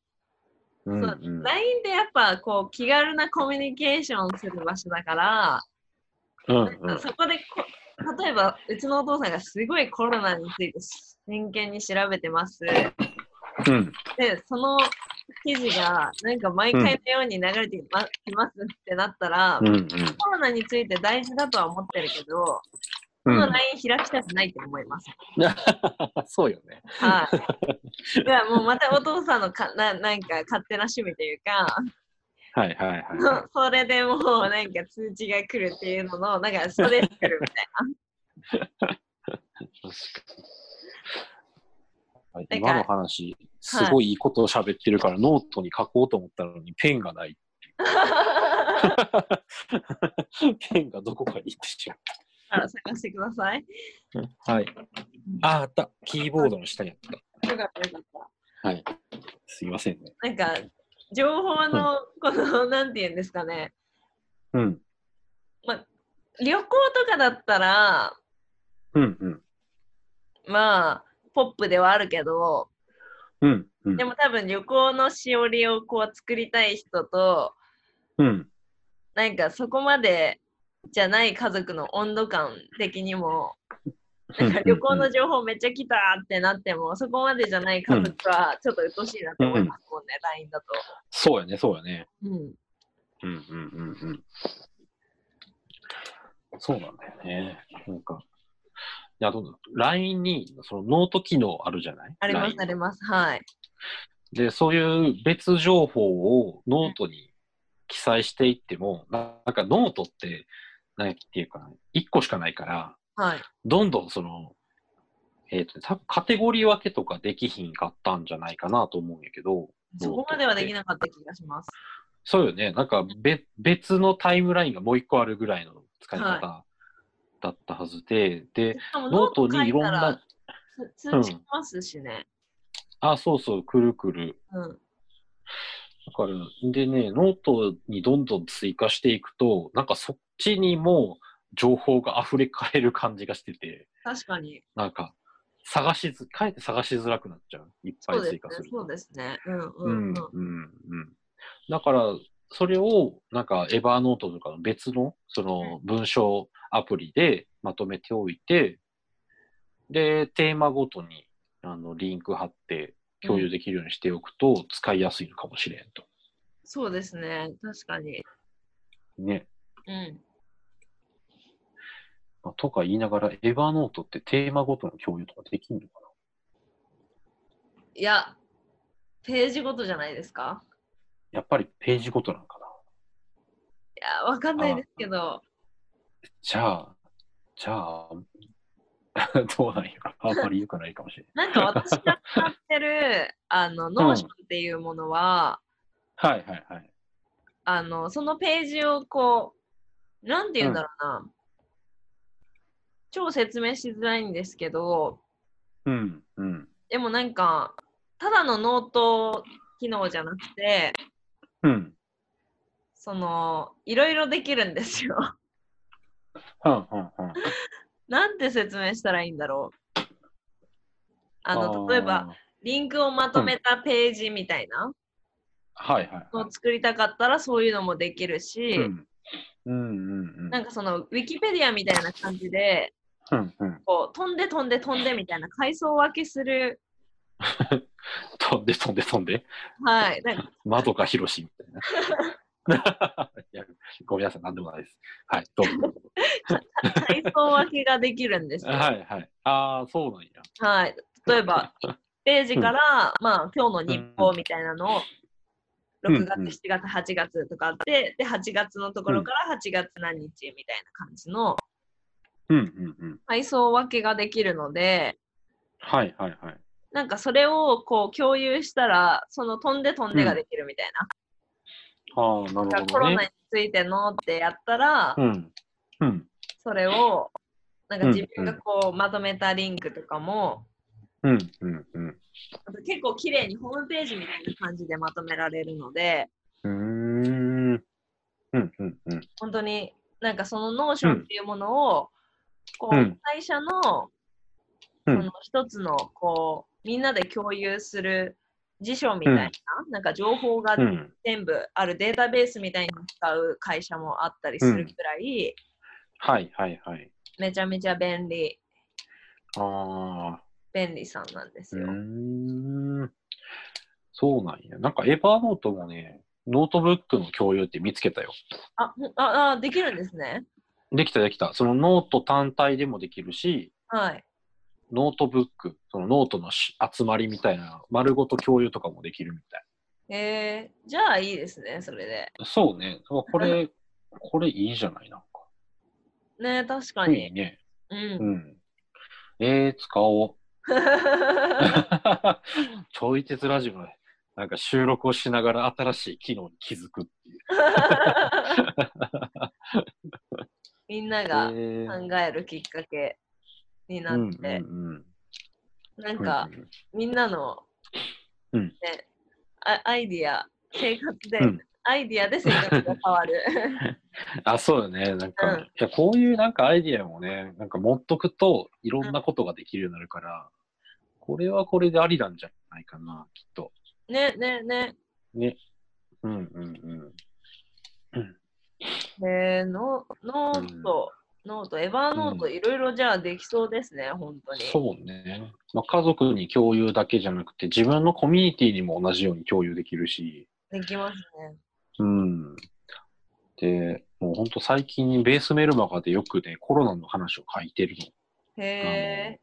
[SPEAKER 2] うんう
[SPEAKER 1] そうんえ、LINE でやっぱこう気軽なコミュニケーションする場所だから、
[SPEAKER 2] うん
[SPEAKER 1] なんかそこでこ例えばうちのお父さんがすごいコロナについて真剣に調べてます。
[SPEAKER 2] うんうん
[SPEAKER 1] で、その記事がなんか毎回のように流れてきま,、すってなったら、
[SPEAKER 2] うんうん
[SPEAKER 1] コロナについて大事だとは思ってるけど、
[SPEAKER 2] う
[SPEAKER 1] こ
[SPEAKER 2] ん
[SPEAKER 1] の LINE 開きたくないと思います。
[SPEAKER 2] [laughs] そうよね。 [laughs]
[SPEAKER 1] はい。いや、もうまたお父さんのかななんか勝手な趣味というか、
[SPEAKER 2] はいはいはい。
[SPEAKER 1] それでもうなんか通知が来るっていうのの、なんかストレス来るみたい
[SPEAKER 2] はい
[SPEAKER 1] なんか
[SPEAKER 2] 今の話、すごいいいことを喋ってるから、ノートに書こうと思ったのに、ペン
[SPEAKER 1] [laughs]
[SPEAKER 2] がない。
[SPEAKER 1] な。
[SPEAKER 2] ペンがどこかに行ってしまう。
[SPEAKER 1] あら探してください。
[SPEAKER 2] はい。あ、あった。キーボードの下にあった。
[SPEAKER 1] よかったよかっ
[SPEAKER 2] はい。すいませんね。
[SPEAKER 1] た。なんか、情報のこの、なんて言うんですかね、
[SPEAKER 2] うん。
[SPEAKER 1] 旅行とかだったら、
[SPEAKER 2] うんうん。
[SPEAKER 1] まあ、ポップではあるけど、
[SPEAKER 2] うんうん
[SPEAKER 1] でも多分旅行のしおりをこう作りたい人と、
[SPEAKER 2] うん。
[SPEAKER 1] なんかそこまでじゃない家族の温度感的にも、なんか旅行の情報めっちゃ来たってなっても、そこまでじゃない家族はちょっと鬱陶しいなって思いますもんね、LINE だと。
[SPEAKER 2] そうやね、そうやね。
[SPEAKER 1] うん、
[SPEAKER 2] うんうんうんうん。そうなんだよね。なんか。いや、どうぞ。LINE に、そのノート機能あるじゃない
[SPEAKER 1] あります、あ
[SPEAKER 2] LINE
[SPEAKER 1] ります。はい。
[SPEAKER 2] で、そういう別情報をノートに記載していっても、なんかノートって、なんていうかな、1個しかないから、
[SPEAKER 1] はい。
[SPEAKER 2] どんどんその、えっ、と、多分カテゴリー分けとかできひんかったんじゃないかなと思うんやけど、
[SPEAKER 1] そこまではできなかった気がします。
[SPEAKER 2] そうよね。なんか別別のタイムラインがもう一個あるぐらいの使い方だったはずで、で
[SPEAKER 1] し、かも
[SPEAKER 2] ノートにいろん
[SPEAKER 1] ノート書
[SPEAKER 2] な、
[SPEAKER 1] たら通知来ますしね。
[SPEAKER 2] あ、そうそう、くるくる。
[SPEAKER 1] うん。
[SPEAKER 2] だから、でね、ノートにどんどん追加していくと、なんかそっちにも情報が溢れかえる感じがしてて、
[SPEAKER 1] 確かに。
[SPEAKER 2] なんか探しず、かえって探しづらくなっちゃう。いっぱ
[SPEAKER 1] そ
[SPEAKER 2] いう
[SPEAKER 1] です
[SPEAKER 2] 追
[SPEAKER 1] ね
[SPEAKER 2] 加する。。
[SPEAKER 1] そうですね。うんうう
[SPEAKER 2] うん
[SPEAKER 1] ん
[SPEAKER 2] ん。うんうんだから、それを、なんか、エバーノートとかの別の、その、文章アプリでまとめておいて、で、テーマごとに、あの、リンク貼って、共有できるようにしておくと、使いやすいのかもしれんと。
[SPEAKER 1] そうですね。確かに。
[SPEAKER 2] ね。
[SPEAKER 1] うん。
[SPEAKER 2] まあとか言いながら、エバーノートってテーマごとの共有とかできるのか
[SPEAKER 1] いや、ページごとじゃないですか
[SPEAKER 2] なやっぱりページごとなんかない
[SPEAKER 1] や、わかんないですけど。
[SPEAKER 2] じゃあ、じゃあ、 [laughs] どうなんやろあんまり良くないかもしれん。
[SPEAKER 1] なんか私が使ってる [laughs] あのノーションっていうものは、
[SPEAKER 2] はいはいはい。
[SPEAKER 1] あのそのページをこうなんて言うんだろうな、超説明しづらいんですけど
[SPEAKER 2] うん、うん。
[SPEAKER 1] でもなんかただのノート機能じゃなくて
[SPEAKER 2] うん。
[SPEAKER 1] そのいろいろできるんですよ。
[SPEAKER 2] うんうんうん
[SPEAKER 1] なんて説明したらいいんだろう。あの
[SPEAKER 2] ー
[SPEAKER 1] 例えばリンクをまとめたページみたいな、
[SPEAKER 2] はいはい
[SPEAKER 1] を作りたかったらそういうのもできるし、
[SPEAKER 2] うんうんうんうん
[SPEAKER 1] なんかそのウィキペディアみたいな感じで
[SPEAKER 2] うんうん
[SPEAKER 1] こう飛んで飛んで飛んでみたいな階層分けする、
[SPEAKER 2] 飛んで飛んで飛んで
[SPEAKER 1] はい、なんか
[SPEAKER 2] 窓かひろしみたいな [laughs] いやごめんなさいなんでもないですはいどうぞ
[SPEAKER 1] 階層分けができるんですよ。
[SPEAKER 2] はいはいああそうなんや
[SPEAKER 1] はい、例えば1ページから、まあ、今日の日報みたいなのを
[SPEAKER 2] うん
[SPEAKER 1] 6月、
[SPEAKER 2] うん
[SPEAKER 1] 7月、8月とかあって、で、8月のところから8月何日みたいな感じの
[SPEAKER 2] うんうんうん
[SPEAKER 1] 配送分けができるので、
[SPEAKER 2] はいはいはい
[SPEAKER 1] なんかそれをこう共有したら、その飛んで飛んでができるみたいな。
[SPEAKER 2] ああ
[SPEAKER 1] だ
[SPEAKER 2] なる
[SPEAKER 1] からコ
[SPEAKER 2] ほど
[SPEAKER 1] ロナ
[SPEAKER 2] ね
[SPEAKER 1] についてのってやったら、
[SPEAKER 2] うんうん
[SPEAKER 1] それを、なんか
[SPEAKER 2] うん
[SPEAKER 1] 自分がこうまとめたリンクとかも、
[SPEAKER 2] うんうんうん
[SPEAKER 1] あと結構綺麗にホームページみたいな感じでまとめられるので、
[SPEAKER 2] うーんうんうんうん
[SPEAKER 1] 本当になんかそのノーションっていうものを、こう
[SPEAKER 2] うん
[SPEAKER 1] 会社の,、
[SPEAKER 2] うん
[SPEAKER 1] その一つのこうみんなで共有する辞書みたいな,、なんか情報が
[SPEAKER 2] うん
[SPEAKER 1] 全部あるデータベースみたいに使う会社もあったりするくらい、
[SPEAKER 2] はいはいはい
[SPEAKER 1] めちゃめちゃ便利
[SPEAKER 2] ああ
[SPEAKER 1] 便利さんなんです
[SPEAKER 2] うー
[SPEAKER 1] よ。
[SPEAKER 2] んそうなんやなんかエヴァノートもねノートブックの共有って見つけたよ
[SPEAKER 1] あほんああできるんですね。
[SPEAKER 2] できたできたそのノート単体でもできるし
[SPEAKER 1] はい。
[SPEAKER 2] ノートブック、そのノートのし集まりみたいな、丸ごと共有とかもできるみたい。
[SPEAKER 1] えー、じゃあいいですねそれで。
[SPEAKER 2] そうね。あこれ、これいいじゃない、なんか。
[SPEAKER 1] ね確か
[SPEAKER 2] いい
[SPEAKER 1] に。
[SPEAKER 2] ね。
[SPEAKER 1] うん
[SPEAKER 2] う。ん。えー、使おう。 [laughs] ちょい鉄ラジオの、なんか収録をしながら新しい機能に気づくっていう。
[SPEAKER 1] [laughs] みんな
[SPEAKER 2] え
[SPEAKER 1] が
[SPEAKER 2] ー
[SPEAKER 1] 考えるきっかけにな
[SPEAKER 2] う
[SPEAKER 1] っ
[SPEAKER 2] ん
[SPEAKER 1] て、
[SPEAKER 2] うん
[SPEAKER 1] なん
[SPEAKER 2] うん。
[SPEAKER 1] かみんなの、
[SPEAKER 2] うん
[SPEAKER 1] ね、あアイディア生活で、
[SPEAKER 2] うん
[SPEAKER 1] アイディアで生活が変わる
[SPEAKER 2] あ、そうよね。なんか、
[SPEAKER 1] うん
[SPEAKER 2] いやこういうなんかアイディアもね、なんか持っとくといろんなことができるようになるから、これはこれでありなんじゃないかな、きっと。
[SPEAKER 1] ねねね
[SPEAKER 2] ね。うんうん
[SPEAKER 1] えー、ノノート、ノートエヴァーノート、
[SPEAKER 2] うん
[SPEAKER 1] いろいろじゃあできそうですね本当
[SPEAKER 2] うん
[SPEAKER 1] に。
[SPEAKER 2] そうね。まあ、家族に共有だけじゃなくて、自分のコミュニティにも同じように共有できるし、
[SPEAKER 1] できますね。
[SPEAKER 2] うん。で、もう本当最近ベースメルマガでよくね、コロナの話を書いてるの。
[SPEAKER 1] へえ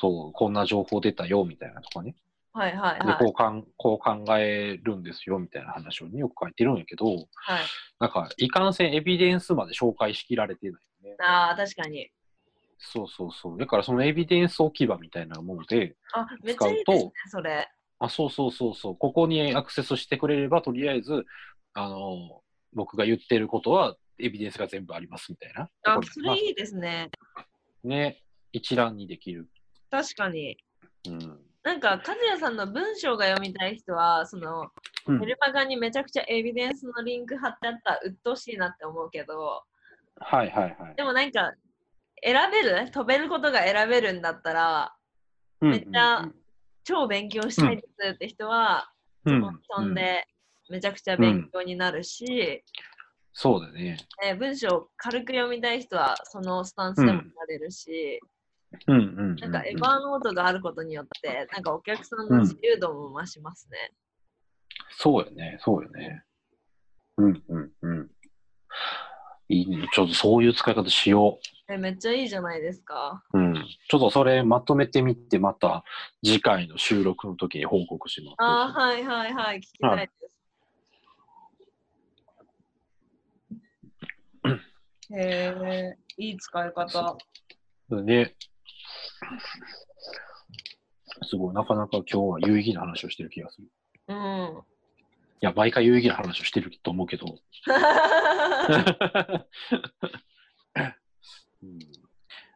[SPEAKER 2] そう、こんな情報出たよ、みたいなとかね。
[SPEAKER 1] はいはい
[SPEAKER 2] で
[SPEAKER 1] は
[SPEAKER 2] こ
[SPEAKER 1] いう
[SPEAKER 2] かん、こう考えるんですよ、みたいな話をね、よく書いてるんやけど、
[SPEAKER 1] はい。
[SPEAKER 2] なんか、いかんせんエビデンスまで紹介しきられてないよね。
[SPEAKER 1] ああ確かに。
[SPEAKER 2] そうそうそう。だからそのエビデンス置き場みたいなもので、
[SPEAKER 1] あめっちゃいいですねそれ。
[SPEAKER 2] あ、そうそうそうそう、ここにアクセスしてくれれば、とりあえず、あの、僕が言ってることは、エビデンスが全部ありますみたいな。
[SPEAKER 1] あ
[SPEAKER 2] こ
[SPEAKER 1] それいいですね。
[SPEAKER 2] まあね、一覧にできる。
[SPEAKER 1] 確かに。
[SPEAKER 2] うん。
[SPEAKER 1] なんか、和也さんの文章が読みたい人は、その、
[SPEAKER 2] うん
[SPEAKER 1] メルマガにめちゃくちゃエビデンスのリンク貼ってあったら、鬱陶しいなって思うけど、
[SPEAKER 2] はいはいはい
[SPEAKER 1] で。もなんか、選べる飛べることが選べるんだったら、
[SPEAKER 2] うん
[SPEAKER 1] めっちゃ超勉強したいですって人は、
[SPEAKER 2] う
[SPEAKER 1] そ
[SPEAKER 2] ん
[SPEAKER 1] こに飛ん
[SPEAKER 2] うん
[SPEAKER 1] で、めちゃくちゃ勉強になるし、ね
[SPEAKER 2] そうだね。
[SPEAKER 1] 文章を軽く読みたい人は、そのスタンスでもなれるし、
[SPEAKER 2] うんうんうん、う
[SPEAKER 1] なんか、エヴァーノートがあることによって、なんかお客さんの自由度も増しますね。
[SPEAKER 2] そうよね、そうよね。うんうんうん。いいね。ちょっとそういう使い方しよう。
[SPEAKER 1] えめっちゃいいじゃないですか。
[SPEAKER 2] うん、ちょっとそれまとめてみて、また次回の収録の時に報告します。
[SPEAKER 1] ああ、はいはいはい、聞きたいです。へえ、いい使い方。
[SPEAKER 2] ね。すごい、なかなか今日は有意義な話をしてる気がする。い [laughs]
[SPEAKER 1] うん。
[SPEAKER 2] や、毎回有意義な話をしてると思う
[SPEAKER 1] [laughs]
[SPEAKER 2] けど。うん、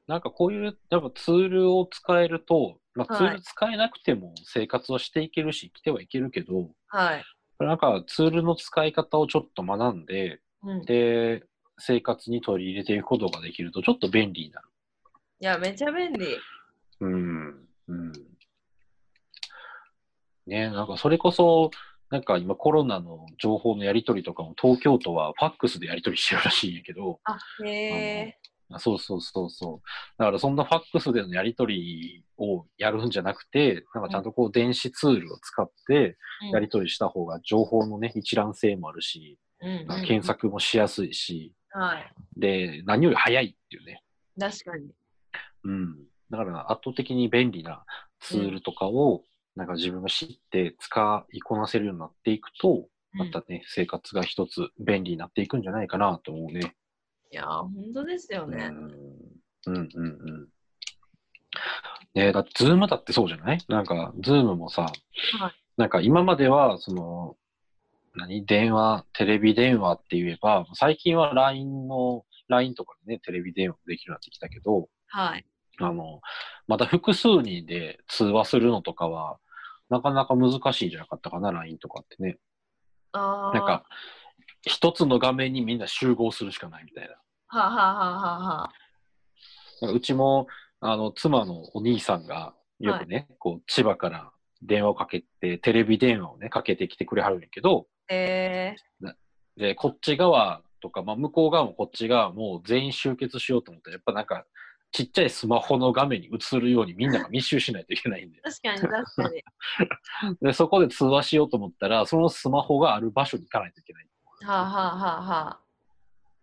[SPEAKER 2] なんかこういうやっぱツールを使えると、まあ、ツ
[SPEAKER 1] はい
[SPEAKER 2] ール使えなくても生活はしていけるし、生きてはいけるけど、
[SPEAKER 1] はい。
[SPEAKER 2] なんかツールの使い方をちょっと学んで、
[SPEAKER 1] うん、い
[SPEAKER 2] で、生活に取り入れていくことができると、ちょっと便利になる。
[SPEAKER 1] や、めちゃ便利。
[SPEAKER 2] うん。うん。ね、なんかそれこそ、なんか今コロナの情報のやり取りとかも東京都はファックスでやり取りしてるらしいんやけど、
[SPEAKER 1] あ、へえ。
[SPEAKER 2] あそうそうそうそう。だからそんなファックスでのやり取りをやるんじゃなくて、なんかちゃんとこう電子ツールを使ってやり取りした方が情報のね、一覧性もあるし、
[SPEAKER 1] うんうん
[SPEAKER 2] 検。索もしやすいし、
[SPEAKER 1] はい。
[SPEAKER 2] で、何より早いっていうね。
[SPEAKER 1] 確かに。
[SPEAKER 2] うん。だから圧倒的に便利なツールとかを、なんか自分が知って使いこなせるようになっていくと、ま
[SPEAKER 1] う
[SPEAKER 2] た
[SPEAKER 1] ん
[SPEAKER 2] ね、生活が一つ便利になっていくんじゃないかなと思うね。
[SPEAKER 1] いやー、本当ですよね。
[SPEAKER 2] うんうんうんうん。ねえだって、ズームだってそうじゃないなんか、ズームもさ、
[SPEAKER 1] はい
[SPEAKER 2] なんか今までは、その、何電話、テレビ電話って言えば、最近は LINE の、LINE とかでね、テレビ電話できるようになってきたけど、
[SPEAKER 1] はい。
[SPEAKER 2] あの、また複数人で通話するのとかは、なかなか難しいんじゃなかったかな、LINE とかってね。
[SPEAKER 1] ああ。
[SPEAKER 2] なんか、一つの画面にみんな集合するしかないみたいな。
[SPEAKER 1] はあ、はあはあはあはあ、
[SPEAKER 2] なんかうちも、あの、妻のお兄さんが、よくね、こう、千葉から電話をかけて、テレビ電話をね、かけてきてくれはるんやけど、
[SPEAKER 1] え
[SPEAKER 2] で、こっち側とか、まあ、向こう側もこっち側も全員集結しようと思ったら、やっぱなんか、ちっちゃいスマホの画面に映るようにみんなが密集しないといけないんで
[SPEAKER 1] ー、。確かに確か
[SPEAKER 2] [laughs]
[SPEAKER 1] に。
[SPEAKER 2] で、そこで通話しようと思ったら、そのスマホがある場所に行かないといけない。
[SPEAKER 1] はあ、はあはあはあ。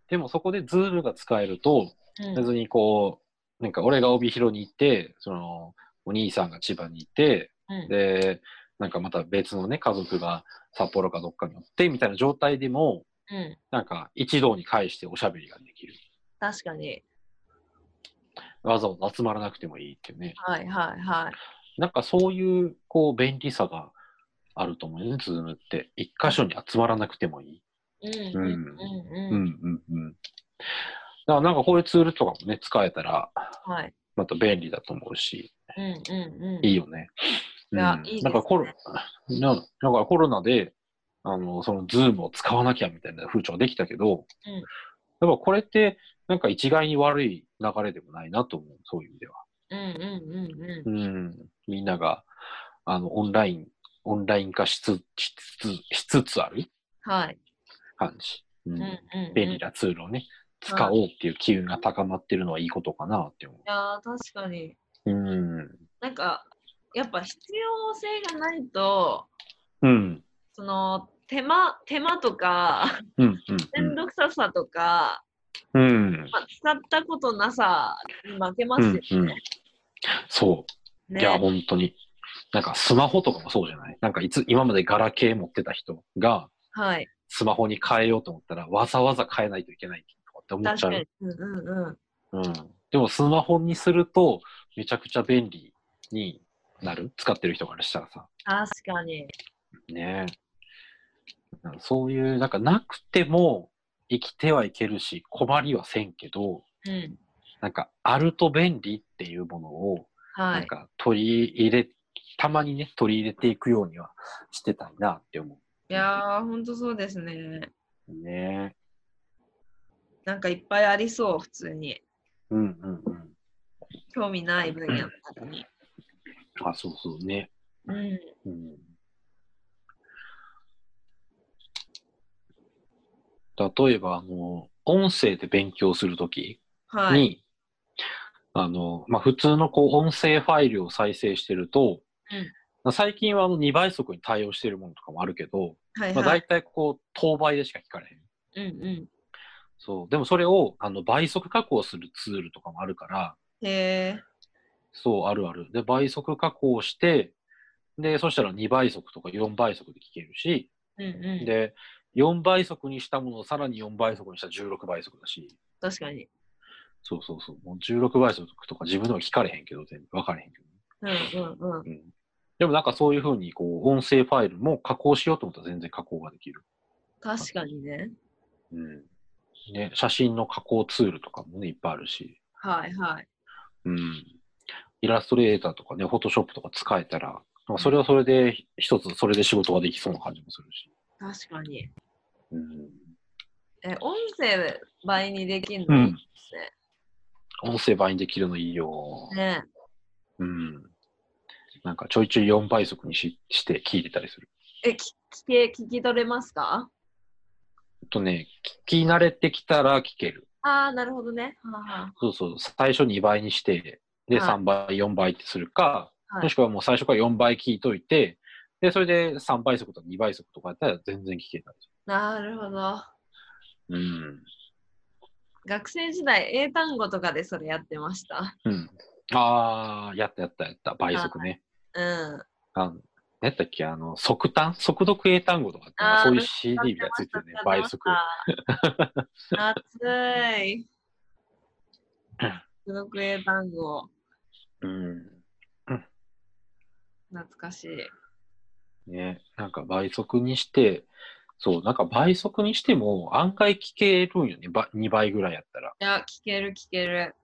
[SPEAKER 2] でもそこでズームが使えると、
[SPEAKER 1] うん
[SPEAKER 2] 別にこう、なんか俺が帯広に行って、その、お兄さんが千葉にいて、
[SPEAKER 1] うん
[SPEAKER 2] で、なんかまた別のね、家族が札幌かどっかに寄ってみたいな状態でも、
[SPEAKER 1] うん、
[SPEAKER 2] なんか一堂に会しておしゃべりができる。
[SPEAKER 1] 確かに。
[SPEAKER 2] わざわざ集まらなくてもいいっていうね。
[SPEAKER 1] はいはいはい。
[SPEAKER 2] なんかそういう、こう、便利さがあると思うよね、ズームって。一箇所に集まらなくてもいい。
[SPEAKER 1] うん
[SPEAKER 2] う
[SPEAKER 1] うんんう
[SPEAKER 2] う
[SPEAKER 1] んん
[SPEAKER 2] うんうん。だからなんかこういうツールとかもね、使えたら、
[SPEAKER 1] はい。
[SPEAKER 2] また便利だと思うし、
[SPEAKER 1] うんうんうん。
[SPEAKER 2] いいよね。
[SPEAKER 1] いや
[SPEAKER 2] うん
[SPEAKER 1] いいですね
[SPEAKER 2] なんかコロなだからコロナで、あの、その、ズームを使わなきゃみたいな風潮ができたけど、
[SPEAKER 1] うん
[SPEAKER 2] やっぱこれって、なんか一概に悪い流れでもないなと思う、そういう意味では。
[SPEAKER 1] うんうんうんうん
[SPEAKER 2] う。ん。みんなが、あの、オンライン、オンライン化しつしつしつつある
[SPEAKER 1] はい。
[SPEAKER 2] 感じ。う。
[SPEAKER 1] うんうんん。
[SPEAKER 2] 便
[SPEAKER 1] い
[SPEAKER 2] 利なツールをね、使おうっていう機運が高まってるのはいいことかなって思
[SPEAKER 1] やー、確かに。
[SPEAKER 2] う。うん。
[SPEAKER 1] なんか、やっぱ必要性がないと、
[SPEAKER 2] うん。
[SPEAKER 1] その、手間、手間とか、
[SPEAKER 2] うん。うん
[SPEAKER 1] めんどくささとか、
[SPEAKER 2] うん。うん。
[SPEAKER 1] まあ、使ったことなさに負けます
[SPEAKER 2] う
[SPEAKER 1] よ
[SPEAKER 2] ん
[SPEAKER 1] ね。。
[SPEAKER 2] うん。そう。
[SPEAKER 1] ね
[SPEAKER 2] いや、本当に。なんかスマホとかもそうじゃないなんかいつ、今までガラケー持ってた人が、
[SPEAKER 1] はい。
[SPEAKER 2] スマホに変えようと思ったら、わざわざ変えないといけないとかって思っ
[SPEAKER 1] 確
[SPEAKER 2] ちゃ
[SPEAKER 1] か
[SPEAKER 2] う
[SPEAKER 1] に。。うんうんうん。
[SPEAKER 2] うん。でもスマホにすると、めちゃくちゃ便利になる使ってる人からしたらさ。
[SPEAKER 1] 確かに。
[SPEAKER 2] ねえ。なんかそういう、なんかなくても生きてはいけるし、困りはせんけど、
[SPEAKER 1] うん。
[SPEAKER 2] なんかあると便利っていうものを、
[SPEAKER 1] は
[SPEAKER 2] なん
[SPEAKER 1] い。
[SPEAKER 2] か取り入れ、たまにね、取り入れていくようにはしてたいなって思
[SPEAKER 1] いやー、ほんとそうですね。
[SPEAKER 2] う。ね
[SPEAKER 1] なんかいっぱいありそう、普通に。
[SPEAKER 2] うんうんうん。
[SPEAKER 1] 興味ない分野の中に。
[SPEAKER 2] あ、そうそうね。
[SPEAKER 1] うん。
[SPEAKER 2] うん。例えば、あの、音声で勉強するときに、
[SPEAKER 1] はい。
[SPEAKER 2] あの、まあ、普通のこう音声ファイルを再生してると、最近はあの2倍速に対応してるものとかもあるけど、
[SPEAKER 1] はい
[SPEAKER 2] まあ、
[SPEAKER 1] はい。
[SPEAKER 2] 大体こう、等倍でしか聞かれへん。
[SPEAKER 1] うんう
[SPEAKER 2] そう。でもそれを、あの、倍速加工するツールとかもあるから、
[SPEAKER 1] ん。へえ。
[SPEAKER 2] そう、あるある。で、倍速加工して、で、そしたら2倍速とか4倍速で聞けるし、
[SPEAKER 1] うんうん。
[SPEAKER 2] で、4倍速にしたものをさらに4倍速にしたら16倍速だし、
[SPEAKER 1] 確かに。
[SPEAKER 2] そうそうそう、もう16倍速とか自分でも聞かれへんけど、全部分かれへんけ
[SPEAKER 1] う
[SPEAKER 2] ど、
[SPEAKER 1] んうんうん。
[SPEAKER 2] うん。でもなんかそういうふうに、こう、音声ファイルも加工しようと思ったら全然加工ができる。
[SPEAKER 1] 確かにね。
[SPEAKER 2] うん。ね、写真の加工ツールとかもね、いっぱいあるし。
[SPEAKER 1] はいはい。
[SPEAKER 2] うん、イラストレーターとかね、フォトショップとか使えたら、まあ、それはそれで、一つそれで仕事ができそうな感じもするし。
[SPEAKER 1] 確かに。
[SPEAKER 2] うん、
[SPEAKER 1] え、音声倍にできる
[SPEAKER 2] う
[SPEAKER 1] の、
[SPEAKER 2] ん音声倍にできるのいいよ。
[SPEAKER 1] ね。
[SPEAKER 2] うん。なんかちょいちょい4倍速にしして聞いてたりする。
[SPEAKER 1] え、聞け、聞き取れますか
[SPEAKER 2] えっとね、聞き慣れてきたら聞ける。
[SPEAKER 1] ああ、なるほどね。はあは
[SPEAKER 2] そうそう、最初2倍にして、で、
[SPEAKER 1] はい
[SPEAKER 2] 3倍、4倍ってするか、
[SPEAKER 1] あは
[SPEAKER 2] も
[SPEAKER 1] い
[SPEAKER 2] しくはもう最初から4倍聞いといて、で、それで3倍速とか2倍速とかやったら全然聞けたりす
[SPEAKER 1] なるほど。
[SPEAKER 2] る。うん。
[SPEAKER 1] 学生時代、英単語とかでそれやってました。
[SPEAKER 2] うん。あー、やったやったやった。倍速ね。
[SPEAKER 1] うん。
[SPEAKER 2] あの、何やったっけあの、速単速読英単語とかって、
[SPEAKER 1] あー
[SPEAKER 2] そういう CD みたいなやついてるね。倍速。
[SPEAKER 1] 暑
[SPEAKER 2] [laughs]
[SPEAKER 1] い。すごく英単語、
[SPEAKER 2] うん。
[SPEAKER 1] 懐かしい。
[SPEAKER 2] ね。なんか倍速にして、そう、なんか倍速にしても案外聞けるんよね。2倍ぐらいやったら。
[SPEAKER 1] いや、聞ける聞ける。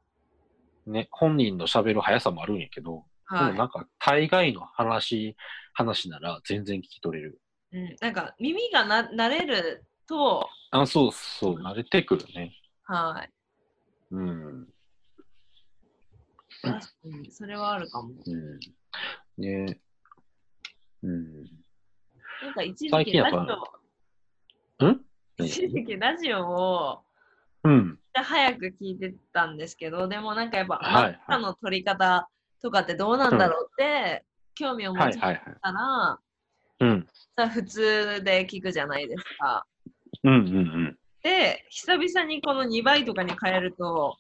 [SPEAKER 2] ね、本人の喋る速さもあるんやけど、でもな
[SPEAKER 1] は
[SPEAKER 2] んか大概の話、話なら全然聞き取れる。
[SPEAKER 1] い。うん、なんか、耳がな慣れると、
[SPEAKER 2] あ、そうそう、慣れてくるね。
[SPEAKER 1] はい。
[SPEAKER 2] うん。
[SPEAKER 1] 確かにそれはあるかも。
[SPEAKER 2] うん。ね。うん。
[SPEAKER 1] なんか、一時
[SPEAKER 2] 最近
[SPEAKER 1] 期
[SPEAKER 2] やっ
[SPEAKER 1] ラジ
[SPEAKER 2] ぱ
[SPEAKER 1] オ、
[SPEAKER 2] うん
[SPEAKER 1] 一時期ラジオを、
[SPEAKER 2] うん。
[SPEAKER 1] 早く聞いてたんですけど、でもなんかやっぱ、
[SPEAKER 2] はいはい
[SPEAKER 1] 朝の取り方とかってどうなんだろうって、興味を持
[SPEAKER 2] はい
[SPEAKER 1] ち
[SPEAKER 2] はいはい。
[SPEAKER 1] たら、
[SPEAKER 2] うん。
[SPEAKER 1] さ普通で聞くじゃないですか。
[SPEAKER 2] うんうん
[SPEAKER 1] で、久々にこの2倍とかに変えると、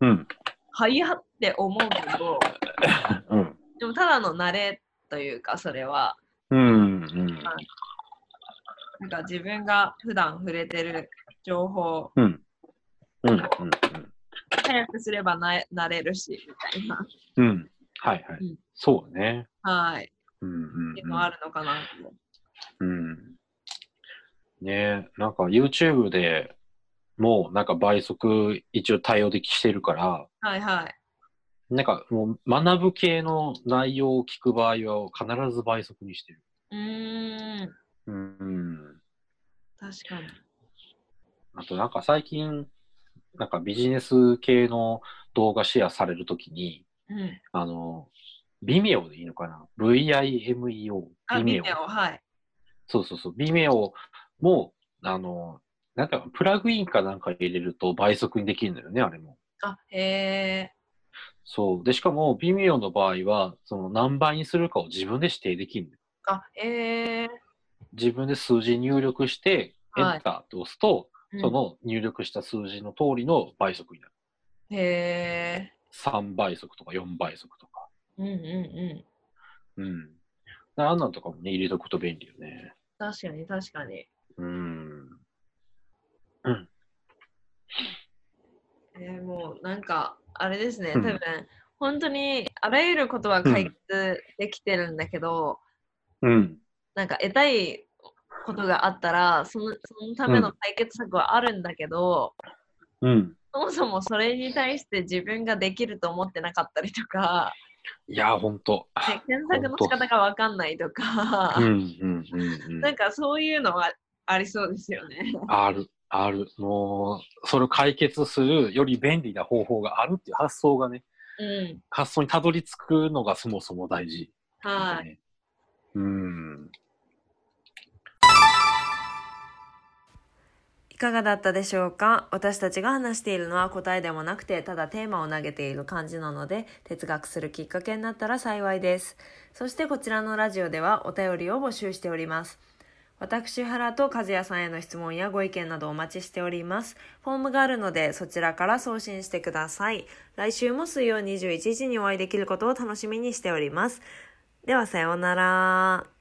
[SPEAKER 2] うん。うん。
[SPEAKER 1] 早って思うけど、
[SPEAKER 2] うん。
[SPEAKER 1] でもただの慣れというか、それは、
[SPEAKER 2] うんうん。
[SPEAKER 1] なんか自分が普段触れてる情報、
[SPEAKER 2] うん。うん。うん。
[SPEAKER 1] 早くすればな慣れるし、みたいな。
[SPEAKER 2] うん。うん。はいは
[SPEAKER 1] うん
[SPEAKER 2] い。そうね。
[SPEAKER 1] はい。
[SPEAKER 2] うんうん
[SPEAKER 1] っていう
[SPEAKER 2] う
[SPEAKER 1] のはあ
[SPEAKER 2] ん。
[SPEAKER 1] るのかなと。
[SPEAKER 2] うん。ねなんか YouTube でもうなんか倍速一応対応できしてるから、
[SPEAKER 1] はいはい。
[SPEAKER 2] なんかもう学ぶ系の内容を聞く場合は必ず倍速にしてる。
[SPEAKER 1] うーん、
[SPEAKER 2] うん。
[SPEAKER 1] 確かに。
[SPEAKER 2] あとなんか最近、なんかビジネス系の動画シェアされるときに、
[SPEAKER 1] うん。
[SPEAKER 2] あの、ビメオでいいのかな ?VIMEO。
[SPEAKER 1] あ、ビデオ、はい。
[SPEAKER 2] そうそうそう。ビメオも、あの、なんていうのプラグインかなんか入れると倍速にできるのよね、あれも。
[SPEAKER 1] あ、へえ。
[SPEAKER 2] そう。で、しかも、ビメオの場合は、その何倍にするかを自分で指定できるのよ
[SPEAKER 1] あ、へえ。
[SPEAKER 2] 自分で数字入力して、エ
[SPEAKER 1] はい
[SPEAKER 2] ンターって押すと、
[SPEAKER 1] うん
[SPEAKER 2] その入力した数字の通りの倍速になる。
[SPEAKER 1] へえ。
[SPEAKER 2] 3倍速とか4倍速とか。
[SPEAKER 1] うんうんうん。
[SPEAKER 2] うん。あんなんとかもね、入れとくと便利よね。
[SPEAKER 1] 確かに、確かに。
[SPEAKER 2] うん。
[SPEAKER 1] えーもうなんか、あれですね、
[SPEAKER 2] う
[SPEAKER 1] 多
[SPEAKER 2] ん
[SPEAKER 1] 分、本当にあらゆることは解決できてるんだけど、
[SPEAKER 2] うん。
[SPEAKER 1] なんか得たいことがあったらその、そのための解決策はあるんだけど、
[SPEAKER 2] うん。
[SPEAKER 1] そもそもそれに対して自分ができると思ってなかったりとか、
[SPEAKER 2] いやー、ほんと。
[SPEAKER 1] ね検索の仕方がわかんないとか、
[SPEAKER 2] うん、うん、うん。う
[SPEAKER 1] なん
[SPEAKER 2] ん
[SPEAKER 1] かそういうのはありそうですよね。
[SPEAKER 2] ある、ある。もう、それを解決するより便利な方法があるっていう発想がね、
[SPEAKER 1] うん。
[SPEAKER 2] 発想にたどり着くのがそもそも大事。
[SPEAKER 1] はい。
[SPEAKER 2] い。うん。
[SPEAKER 1] いかがだったでしょうか私たちが話しているのは答えでもなくて、ただテーマを投げている感じなので、哲学するきっかけになったら幸いです。そしてこちらのラジオではお便りを募集しております。私原と和也さんへの質問やご意見などお待ちしております。フォームがあるのでそちらから送信してください。来週も水曜21時にお会いできることを楽しみにしております。ではさようなら。